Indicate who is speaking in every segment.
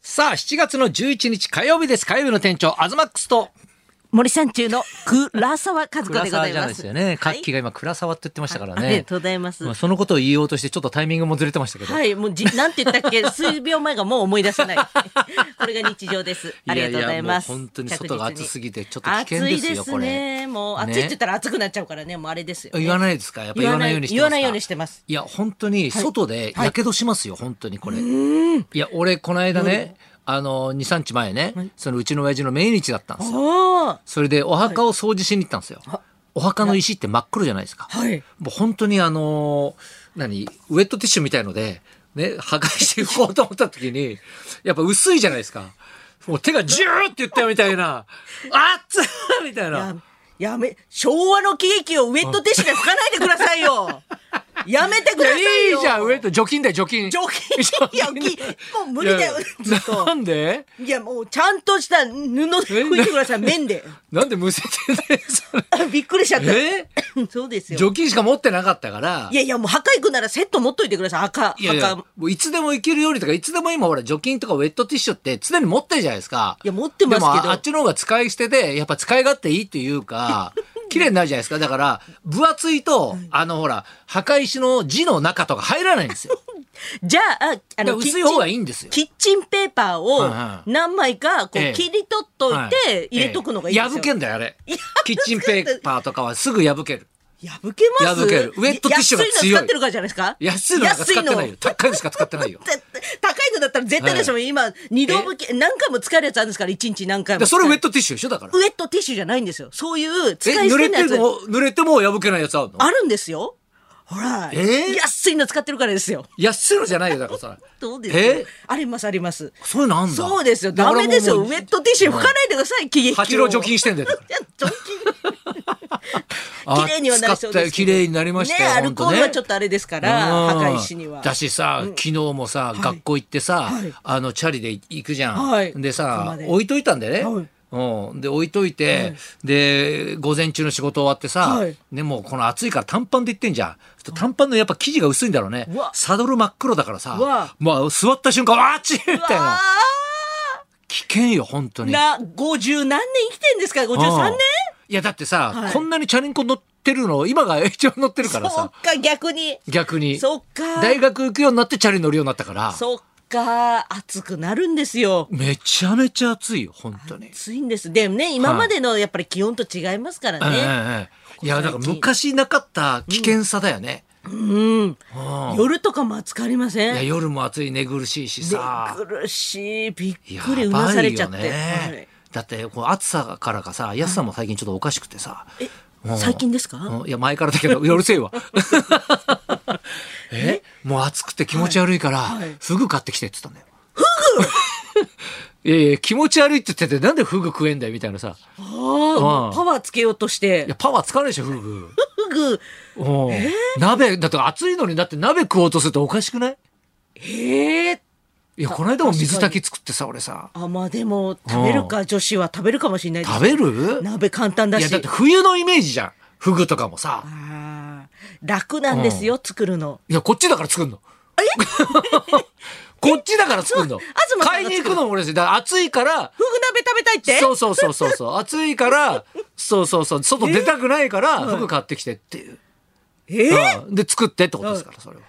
Speaker 1: さあ、7月の11日火曜日です。火曜日の店長、アズマックスと。
Speaker 2: 森さん中の倉沢和子でございます。
Speaker 1: じゃないですよね。
Speaker 2: は
Speaker 1: カ
Speaker 2: い
Speaker 1: ッキーが今、倉沢って言ってましたから
Speaker 2: ありが
Speaker 1: ね。
Speaker 2: とうございます
Speaker 1: まあ。そのことを言おうとして、ちょっとタイミングもずれてましたけど。
Speaker 2: はい、もうじ、なんて言ったっ け、数秒前がもう思い出せない。これが日常です。ありがとうございます。
Speaker 1: ややもう本当に外が暑すぎて、ちょっと危
Speaker 2: 着実
Speaker 1: 険
Speaker 2: に
Speaker 1: ですよ、
Speaker 2: 暑い
Speaker 1: こ
Speaker 2: です
Speaker 1: れ。
Speaker 2: ね。もう暑いって言ったら暑くなっちゃうからね、もうあれですよ、ね。
Speaker 1: 言わないですかやっぱ言わないようにしてます
Speaker 2: 言
Speaker 1: か
Speaker 2: わないようにしてます。
Speaker 1: いや、本当に、外で、やけどしますよ、本当に、これ。いや、俺、この間ね、あの、2、3日前ね、そのうちの親父の命日だったんですよ。
Speaker 2: おー
Speaker 1: それでお墓を掃除しに行ったんですよ。お墓の石って真っ黒じゃないですか。
Speaker 2: はい
Speaker 1: もう本当にあのー何ウェットティッシュみたいので、ね、破壊していこうと思った時に、やっぱ薄いじゃないですか。もう手がジューって言ったみたいな、あっつーみたい
Speaker 2: や
Speaker 1: な。
Speaker 2: やめ、昭和の喜劇をウェットティッシュで拭かないでください よ。やめて
Speaker 1: い
Speaker 2: くだ
Speaker 1: や
Speaker 2: さいよ。
Speaker 1: いいじゃん、ウェット、除菌だよ、除菌。
Speaker 2: 除菌いやきもう無理だよ
Speaker 1: いや
Speaker 2: ずっと
Speaker 1: なんで
Speaker 2: いや、もう、ちゃんとした布で拭いてください、面で。
Speaker 1: なんでむせてね、それ。
Speaker 2: びっくりしちゃった。
Speaker 1: え
Speaker 2: そうですよ。
Speaker 1: 除菌しか持ってなかったから
Speaker 2: い。やいや、もう、墓行くならセット持っといてください、墓。
Speaker 1: いやいや、
Speaker 2: 墓
Speaker 1: も。ういつでも行けるようにとか、いつでも今ほら、除菌とかウェットティッシュって常に持ってるじゃないですか。
Speaker 2: いや持ってますけど
Speaker 1: でもああっちの方が使い捨てで、やっぱ使い勝手いいっていうか、綺麗になるじゃないですか。だから、分厚いと、あのほら、墓石の字の中とか入らないんですよ。
Speaker 2: じゃあ、 あ
Speaker 1: だから薄い方がいいんですよ
Speaker 2: キッチンペーパー
Speaker 1: はいは
Speaker 2: を
Speaker 1: い
Speaker 2: 何枚か、こ
Speaker 1: ええ
Speaker 2: う、切り取っとい
Speaker 1: は
Speaker 2: て、入れとくのがいい
Speaker 1: え
Speaker 2: で
Speaker 1: え
Speaker 2: す
Speaker 1: 破
Speaker 2: よ。
Speaker 1: けんだよ、あ れ
Speaker 2: いや。
Speaker 1: キッチンペーパーとかはすぐ破ける。
Speaker 2: 破けます
Speaker 1: 破けるウェットティッシュが強い
Speaker 2: 安いの使ってるからじゃないですか
Speaker 1: 安いのなんか使ってないよ。
Speaker 2: 安いの
Speaker 1: 高いのしか使ってない よ。
Speaker 2: 絶対高いのだったら絶対でしょ、今、二度拭き、何回も使えるやつあるんですから、一日何回も
Speaker 1: で
Speaker 2: 使
Speaker 1: そ
Speaker 2: える。
Speaker 1: れウェットティッシュでしょだから。
Speaker 2: ウェットティッシュじゃないんですよ。そういう使
Speaker 1: え、
Speaker 2: い捨
Speaker 1: 濡
Speaker 2: て
Speaker 1: れ
Speaker 2: のや
Speaker 1: て
Speaker 2: つ
Speaker 1: も、濡れても破けないやつあるの
Speaker 2: あるんですよ。ほら、
Speaker 1: えー
Speaker 2: 安いの使ってるからですよ。
Speaker 1: 安いのじゃないよ、だからそれ。
Speaker 2: どうですか
Speaker 1: え
Speaker 2: ありますあります。
Speaker 1: そういうのあんだ。
Speaker 2: そうですよ。ダメですよ。ウェットティッシュ拭かないでください、喜劇を。
Speaker 1: 八郎除菌してん だよだか
Speaker 2: いや除菌。綺麗にはなりそ
Speaker 1: 使
Speaker 2: うですけど。
Speaker 1: ったよ綺麗になりましたよ
Speaker 2: ね、アル
Speaker 1: 本当
Speaker 2: コ
Speaker 1: ね
Speaker 2: ールはちょっとあれですから、
Speaker 1: うん
Speaker 2: 破壊しには。
Speaker 1: だしさ、昨日もさ、学校行ってさ、
Speaker 2: はい
Speaker 1: あのチャリで行くじゃん、
Speaker 2: はい
Speaker 1: で
Speaker 2: 車
Speaker 1: さ
Speaker 2: で
Speaker 1: 置いといたんだよね、
Speaker 2: はい
Speaker 1: うん、で置いといて、で午前中の仕事終わってさ、
Speaker 2: はい
Speaker 1: でもうこの暑いから短パンで行ってんじゃんちょっと短パンのやっぱ生地が薄いんだろうね
Speaker 2: うわ
Speaker 1: サドル真っ黒だからさ
Speaker 2: うわ
Speaker 1: まあ、座った瞬間わあっちみたいな
Speaker 2: あ
Speaker 1: 危険よ本当
Speaker 2: ー
Speaker 1: に
Speaker 2: な、50何年生きてんですか ?53
Speaker 1: うん
Speaker 2: 年
Speaker 1: いやだってさ、
Speaker 2: はい
Speaker 1: こんなにチャリンコ乗ってるの今が一番乗ってるから
Speaker 2: そ
Speaker 1: さ
Speaker 2: っか、逆に。
Speaker 1: 逆に
Speaker 2: そっか。
Speaker 1: 大学行くようになってチャリ乗るようになったから
Speaker 2: そっか、暑くなるんですよ。
Speaker 1: めちゃめちゃ暑いよ本当に。
Speaker 2: 暑いんです。でもね、今までのやっぱり気温と違いますから
Speaker 1: えええ
Speaker 2: ね。
Speaker 1: えいやだから昔なかった危険さだよね。うん
Speaker 2: 夜とかも暑くありませ
Speaker 1: いや
Speaker 2: んで
Speaker 1: 夜も暑い寝苦しいしさ。
Speaker 2: 苦しい、びっ
Speaker 1: や
Speaker 2: くりうな
Speaker 1: ば
Speaker 2: され
Speaker 1: い
Speaker 2: ちゃ
Speaker 1: よ
Speaker 2: って。
Speaker 1: ね。だってこう暑さからかさ安さも最近ちょっとおかしくてさ。
Speaker 2: はい最近ですか、
Speaker 1: うんいや前からだけ どうるせえわえもう暑くて気持ち悪いから、
Speaker 2: はい
Speaker 1: フグ買ってきてって言ったんだよフグいやいや気持ち悪いって言っててなんでフグ食えんだよみたいなさ
Speaker 2: ああ、パワーつけようとし
Speaker 1: いや
Speaker 2: て。
Speaker 1: パワー使わないでしょフグ
Speaker 2: フグ、
Speaker 1: うん鍋だって暑いのにだって鍋食おうとするとおかしくない
Speaker 2: ええ
Speaker 1: いやこの間も水炊き作ってさ俺さ
Speaker 2: あ、まあでも、食べるか、女子は食べるかもしれないです
Speaker 1: 食べる
Speaker 2: 鍋簡単だ
Speaker 1: いや
Speaker 2: し。
Speaker 1: だって冬のイメージじゃんフグとかもさ
Speaker 2: ああ、楽なんですよ、作るの。
Speaker 1: いやこっちだから作るの こっちだから作るの
Speaker 2: そう東さんが作
Speaker 1: 買
Speaker 2: る
Speaker 1: いに行くのも俺だしだから暑いから
Speaker 2: フグ鍋食べたいって
Speaker 1: そうそうそうそう そう暑いからそうそうそう外出たくないから服買ってきてっていう、
Speaker 2: ええ
Speaker 1: うんで作ってってことですからそれは。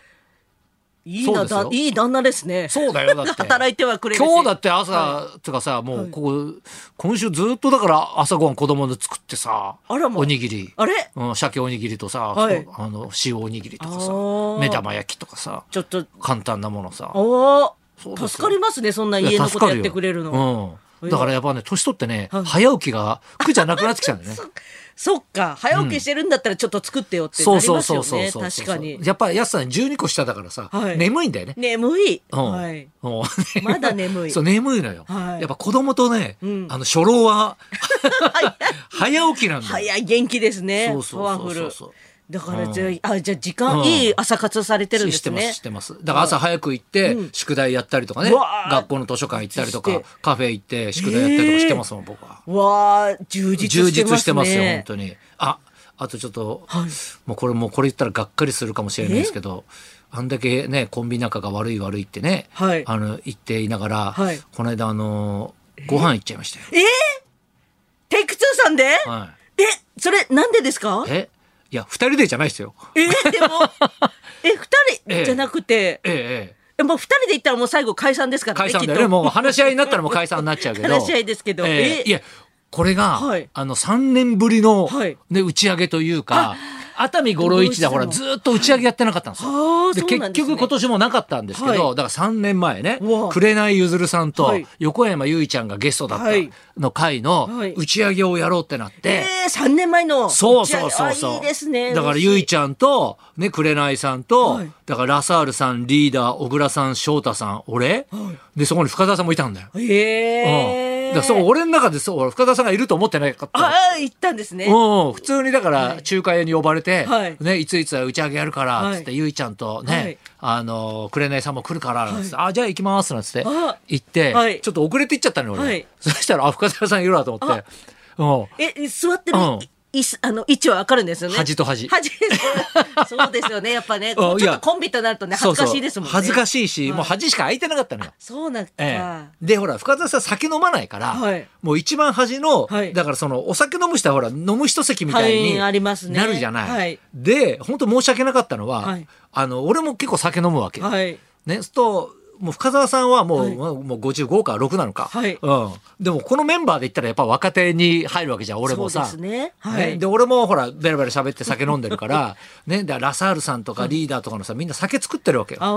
Speaker 2: いい
Speaker 1: そう
Speaker 2: な
Speaker 1: ですよ
Speaker 2: だ、いい旦那ですね。
Speaker 1: そうだよだって
Speaker 2: 働いてはくれるし
Speaker 1: 今日だって朝とかさもうここ今週ずっとだから朝ごはん子供で作ってさ
Speaker 2: あらま
Speaker 1: おにぎり
Speaker 2: あれ
Speaker 1: うん鮭おにぎりとさ
Speaker 2: はい
Speaker 1: そうあの塩おにぎりとかさ
Speaker 2: あー
Speaker 1: 目玉焼きとかさ
Speaker 2: ちょっと、
Speaker 1: 簡単なものさ
Speaker 2: あ
Speaker 1: そうです
Speaker 2: あ、
Speaker 1: よ
Speaker 2: 助かりますね、そんな家のことやってくれるの。
Speaker 1: のうんだからやっぱね年取ってね
Speaker 2: はい
Speaker 1: 早起きが苦じゃなくなってきたんだよね
Speaker 2: そっか、早起きしてるんだったらちょっと作ってよってな
Speaker 1: そう
Speaker 2: り
Speaker 1: そう
Speaker 2: ます
Speaker 1: そう
Speaker 2: よ
Speaker 1: そう
Speaker 2: ね。
Speaker 1: そうそう
Speaker 2: 確かに。
Speaker 1: やっぱやすさん12個下だからさ、
Speaker 2: はい
Speaker 1: 眠いんだよね
Speaker 2: 眠い。
Speaker 1: うん
Speaker 2: はい。
Speaker 1: うん
Speaker 2: まだ眠い
Speaker 1: そう眠いのよ、
Speaker 2: はい
Speaker 1: やっぱ子供とね、
Speaker 2: ん
Speaker 1: あの初老は早起きなんだよ
Speaker 2: 早い元気ですね
Speaker 1: そう。そう
Speaker 2: パ
Speaker 1: そう
Speaker 2: ワ
Speaker 1: そう
Speaker 2: フル
Speaker 1: そう。
Speaker 2: だから
Speaker 1: うん
Speaker 2: じゃあ、あじゃあ時間、
Speaker 1: うん
Speaker 2: いい朝活されてるんで
Speaker 1: し
Speaker 2: す
Speaker 1: てま
Speaker 2: ね
Speaker 1: すし。てますだから朝早く行って宿題やったりとかね、
Speaker 2: うわー
Speaker 1: 学校の図書館行ったりとか
Speaker 2: して
Speaker 1: カフェ行って宿題やったりとかしてますもん、僕は
Speaker 2: わあ、充実して
Speaker 1: 充
Speaker 2: ますね。
Speaker 1: 実してますよ本当にああとちょっと、もうこれもうこれ言ったらがっかりするかもしれないですけどあんだけねコンビ仲が悪い悪いってね、
Speaker 2: はい
Speaker 1: あの言っていながら、
Speaker 2: はい
Speaker 1: この間あのご飯行っちゃいましたよ。
Speaker 2: テイクツーさんで、
Speaker 1: は
Speaker 2: え、それなんでですか
Speaker 1: い、えいや二人でじゃないですよ。
Speaker 2: え、 でも、え、二人じゃなくて、
Speaker 1: えええ
Speaker 2: えもう二人で行ったらもう最後解散ですか
Speaker 1: え、
Speaker 2: ら
Speaker 1: 解
Speaker 2: ね、
Speaker 1: 散だよ
Speaker 2: き
Speaker 1: ね
Speaker 2: っと
Speaker 1: もう話し合いになったらもう解散になっちゃうけど
Speaker 2: 話し合いですけど
Speaker 1: ええ
Speaker 2: え
Speaker 1: いやこれが、
Speaker 2: はい
Speaker 1: あの3年ぶりの、
Speaker 2: はい
Speaker 1: ね、打ち上げというか熱海五郎一だほら
Speaker 2: 五郎一
Speaker 1: ずっと打ち上げやってなかったんですよ。
Speaker 2: ああ、
Speaker 1: で
Speaker 2: そうな
Speaker 1: 結
Speaker 2: んですね
Speaker 1: 局今年もなかったんですけど、
Speaker 2: はい
Speaker 1: だから3年前ね
Speaker 2: うわ
Speaker 1: 紅ゆずるさんと
Speaker 2: はい
Speaker 1: 横山由依ちゃんがゲストだった
Speaker 2: はい
Speaker 1: の回の
Speaker 2: はい
Speaker 1: 打ち上げをやろうってなって、
Speaker 2: えー、三年前の。
Speaker 1: そうそうそうそう
Speaker 2: あいいですね。
Speaker 1: だからゆいちゃんとね紅さんと、
Speaker 2: はい
Speaker 1: だからラサールさんリーダー小倉さん翔太さん俺、でそこに深澤さんもいたんだよ。
Speaker 2: ゃん。え
Speaker 1: う
Speaker 2: え
Speaker 1: ん、だからそう俺の中でそう深澤さんがいると思ってなかったの
Speaker 2: ああ、行ったんですね。
Speaker 1: うん、普通にだから仲介に呼ばれて、
Speaker 2: はい
Speaker 1: いね、いついつは打ち上げやるから
Speaker 2: はい
Speaker 1: つって、ゆいちゃんとね、
Speaker 2: はい
Speaker 1: あの紅さんも来るからなんつって、あじゃあ行きますなんつって
Speaker 2: あ
Speaker 1: 行って、
Speaker 2: はい
Speaker 1: ちょっと遅れて行っちゃったのよ俺、
Speaker 2: はい
Speaker 1: そしたらあ深澤さんいるなと思って、う
Speaker 2: え、座ってるい、
Speaker 1: うん
Speaker 2: 椅子あの位置はわかるんですよ
Speaker 1: ん、
Speaker 2: ね。
Speaker 1: 恥と恥。
Speaker 2: 恥 そうですよね。やっぱね、こう
Speaker 1: い
Speaker 2: ちょ
Speaker 1: や
Speaker 2: っとコンビとなるとね、恥ずかしいですもんね。
Speaker 1: そうそう恥ずか
Speaker 2: しい。
Speaker 1: しいし、
Speaker 2: はい
Speaker 1: もう恥しか開いてなかったのよ。
Speaker 2: そうなんか。
Speaker 1: ええ、でほら深澤さん酒飲まないから、
Speaker 2: はい
Speaker 1: もう一番端の、
Speaker 2: はい
Speaker 1: だからそのお酒飲む人はほら飲む一席みたいに
Speaker 2: はいありますね
Speaker 1: なるじゃない。
Speaker 2: はい
Speaker 1: で本当申し訳なかったのは、
Speaker 2: はい
Speaker 1: あの俺も結構酒飲むわけ。
Speaker 2: はい。
Speaker 1: ねするともう深澤さんはもう,、
Speaker 2: はい
Speaker 1: まあもう55か6なのか、
Speaker 2: はい
Speaker 1: うん、でもこのメンバーで言ったらやっぱ若手に入るわけじゃん俺もさ。
Speaker 2: そうですね。は
Speaker 1: ね
Speaker 2: い。
Speaker 1: で俺もほらベラベラ喋って酒飲んでるから ねだからラサールさんとかリーダーとかのさみんな酒作ってるわけよ。
Speaker 2: あ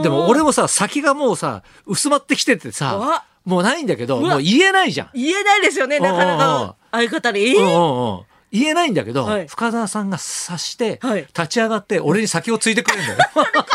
Speaker 2: あ。
Speaker 1: でも俺もさ先がもうさ薄まってきてて
Speaker 2: う
Speaker 1: さ
Speaker 2: わ
Speaker 1: もうないんだけど
Speaker 2: うわ
Speaker 1: もう言えないじゃん。
Speaker 2: 言えないですよね。なかな
Speaker 1: うんうんうん
Speaker 2: か相方に。え
Speaker 1: うんう
Speaker 2: ー
Speaker 1: んうん言えないんだけど、
Speaker 2: はい
Speaker 1: 深澤さんが察して、
Speaker 2: はい
Speaker 1: 立ち上がって俺に先をついてくれるんだ よ。
Speaker 2: 大人で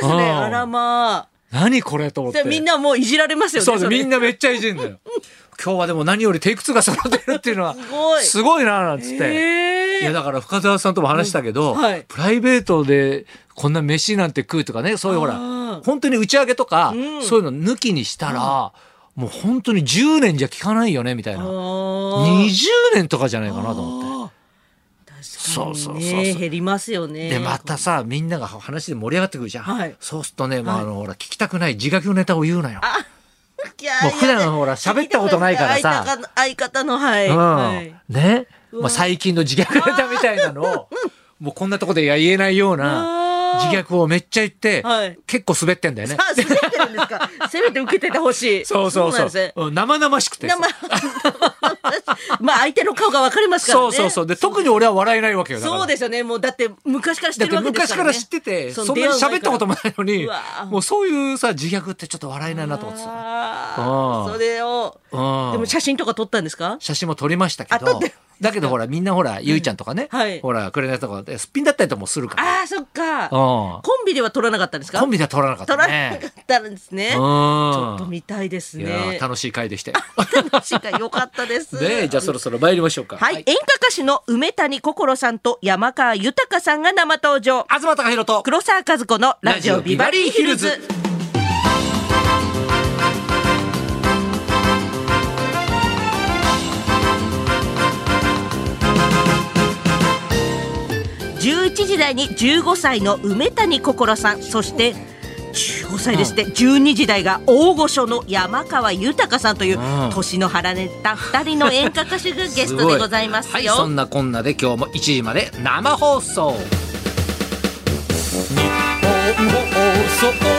Speaker 2: すね。
Speaker 1: うん
Speaker 2: あらま
Speaker 1: 何これと思っ
Speaker 2: あ。
Speaker 1: て
Speaker 2: で。みんなもういじられますよね。
Speaker 1: そうです
Speaker 2: れ
Speaker 1: みんなめっちゃいじんだよ。 今日はでも何よりテイク2が揃ってるっていうのは
Speaker 2: すごい
Speaker 1: すごいななんつって。
Speaker 2: え
Speaker 1: いやだから深澤さんとも話したけど、
Speaker 2: うんはい
Speaker 1: プライベートでこんな飯なんて食うとかねそういうほら
Speaker 2: あー
Speaker 1: 本当に打ち上げとか、
Speaker 2: うん
Speaker 1: そういうの抜きにしたら、もう本当に10年じゃ効かないよねみたい
Speaker 2: え
Speaker 1: な
Speaker 2: ー。
Speaker 1: 20年とかじゃないかなと思って。
Speaker 2: 思って。
Speaker 1: そう
Speaker 2: 確
Speaker 1: そ
Speaker 2: か
Speaker 1: うそう
Speaker 2: に
Speaker 1: そう
Speaker 2: ね減りますよね。
Speaker 1: でまたさみんなが話で盛り上がってくるじゃん、
Speaker 2: はい
Speaker 1: そうするとね、まあ、
Speaker 2: は
Speaker 1: あ
Speaker 2: い
Speaker 1: のほら聞きたくない自虐ネタを言うなよ。
Speaker 2: いや
Speaker 1: もう普段ほら喋ったことないからさ
Speaker 2: 相方相方のはい、
Speaker 1: うん
Speaker 2: はい
Speaker 1: ね、
Speaker 2: わ
Speaker 1: まあ、最近の自虐ネタみたいなの をもうこんなとこでは言えないような
Speaker 2: あー
Speaker 1: 自虐をめっちゃ言って、
Speaker 2: はい
Speaker 1: 結構滑ってんだよね
Speaker 2: さ。あ滑ってるんですか せめて受けててほしい
Speaker 1: そうそう
Speaker 2: な
Speaker 1: そ
Speaker 2: んですね
Speaker 1: う。うん生々しくてさ。
Speaker 2: 生 まあ相手の顔がわかりますから
Speaker 1: そ
Speaker 2: ね
Speaker 1: うそうそう。で、特に俺は笑えないわけよ。だから
Speaker 2: そうですよねもうだって昔から知っ
Speaker 1: だ
Speaker 2: て
Speaker 1: っ
Speaker 2: る
Speaker 1: て
Speaker 2: わけで
Speaker 1: 昔
Speaker 2: すから、ね、
Speaker 1: から知ってて、そ
Speaker 2: うん
Speaker 1: なに喋ったことも
Speaker 2: 出
Speaker 1: ないのに
Speaker 2: うわ、
Speaker 1: もうそういうさ、自虐ってちょっと笑えないなと思ってさ。う
Speaker 2: あ
Speaker 1: ん
Speaker 2: ーそれを
Speaker 1: うん
Speaker 2: でも写真とか撮ったんですか
Speaker 1: 写真も撮りましたけ
Speaker 2: あ撮
Speaker 1: ど
Speaker 2: ってる、
Speaker 1: だけどほら、みんなほら、ゆいちゃんとかね
Speaker 2: はい、
Speaker 1: ほら、くれないとかって、すっぴんだったりとかもするから。
Speaker 2: あーそっかコ
Speaker 1: うん
Speaker 2: ンビでは撮らなかったんですか
Speaker 1: コンビでは撮らなかった
Speaker 2: 撮らな
Speaker 1: ね
Speaker 2: か。ったんです
Speaker 1: う
Speaker 2: ね
Speaker 1: ん
Speaker 2: ちょっと見たいです
Speaker 1: いや
Speaker 2: ね
Speaker 1: ー楽しい回 でして。
Speaker 2: 楽しいからよかったです
Speaker 1: で、じゃあそろそろ参りましょうか。
Speaker 2: はい、演歌歌手の梅谷心さんと山川豊さんが生登場
Speaker 1: 東貴弘と、
Speaker 2: 黒沢和子のラジオビバリーヒルズ11時台に15歳の梅谷心さんそして15歳ですって、12時代が大御所の山川豊さんとい
Speaker 1: う
Speaker 2: う
Speaker 1: ん
Speaker 2: 年の離れた2人の演歌歌手がゲストでございますよ。
Speaker 1: ごいはい、そんなこんなで今日も1時まで生放送。日本放送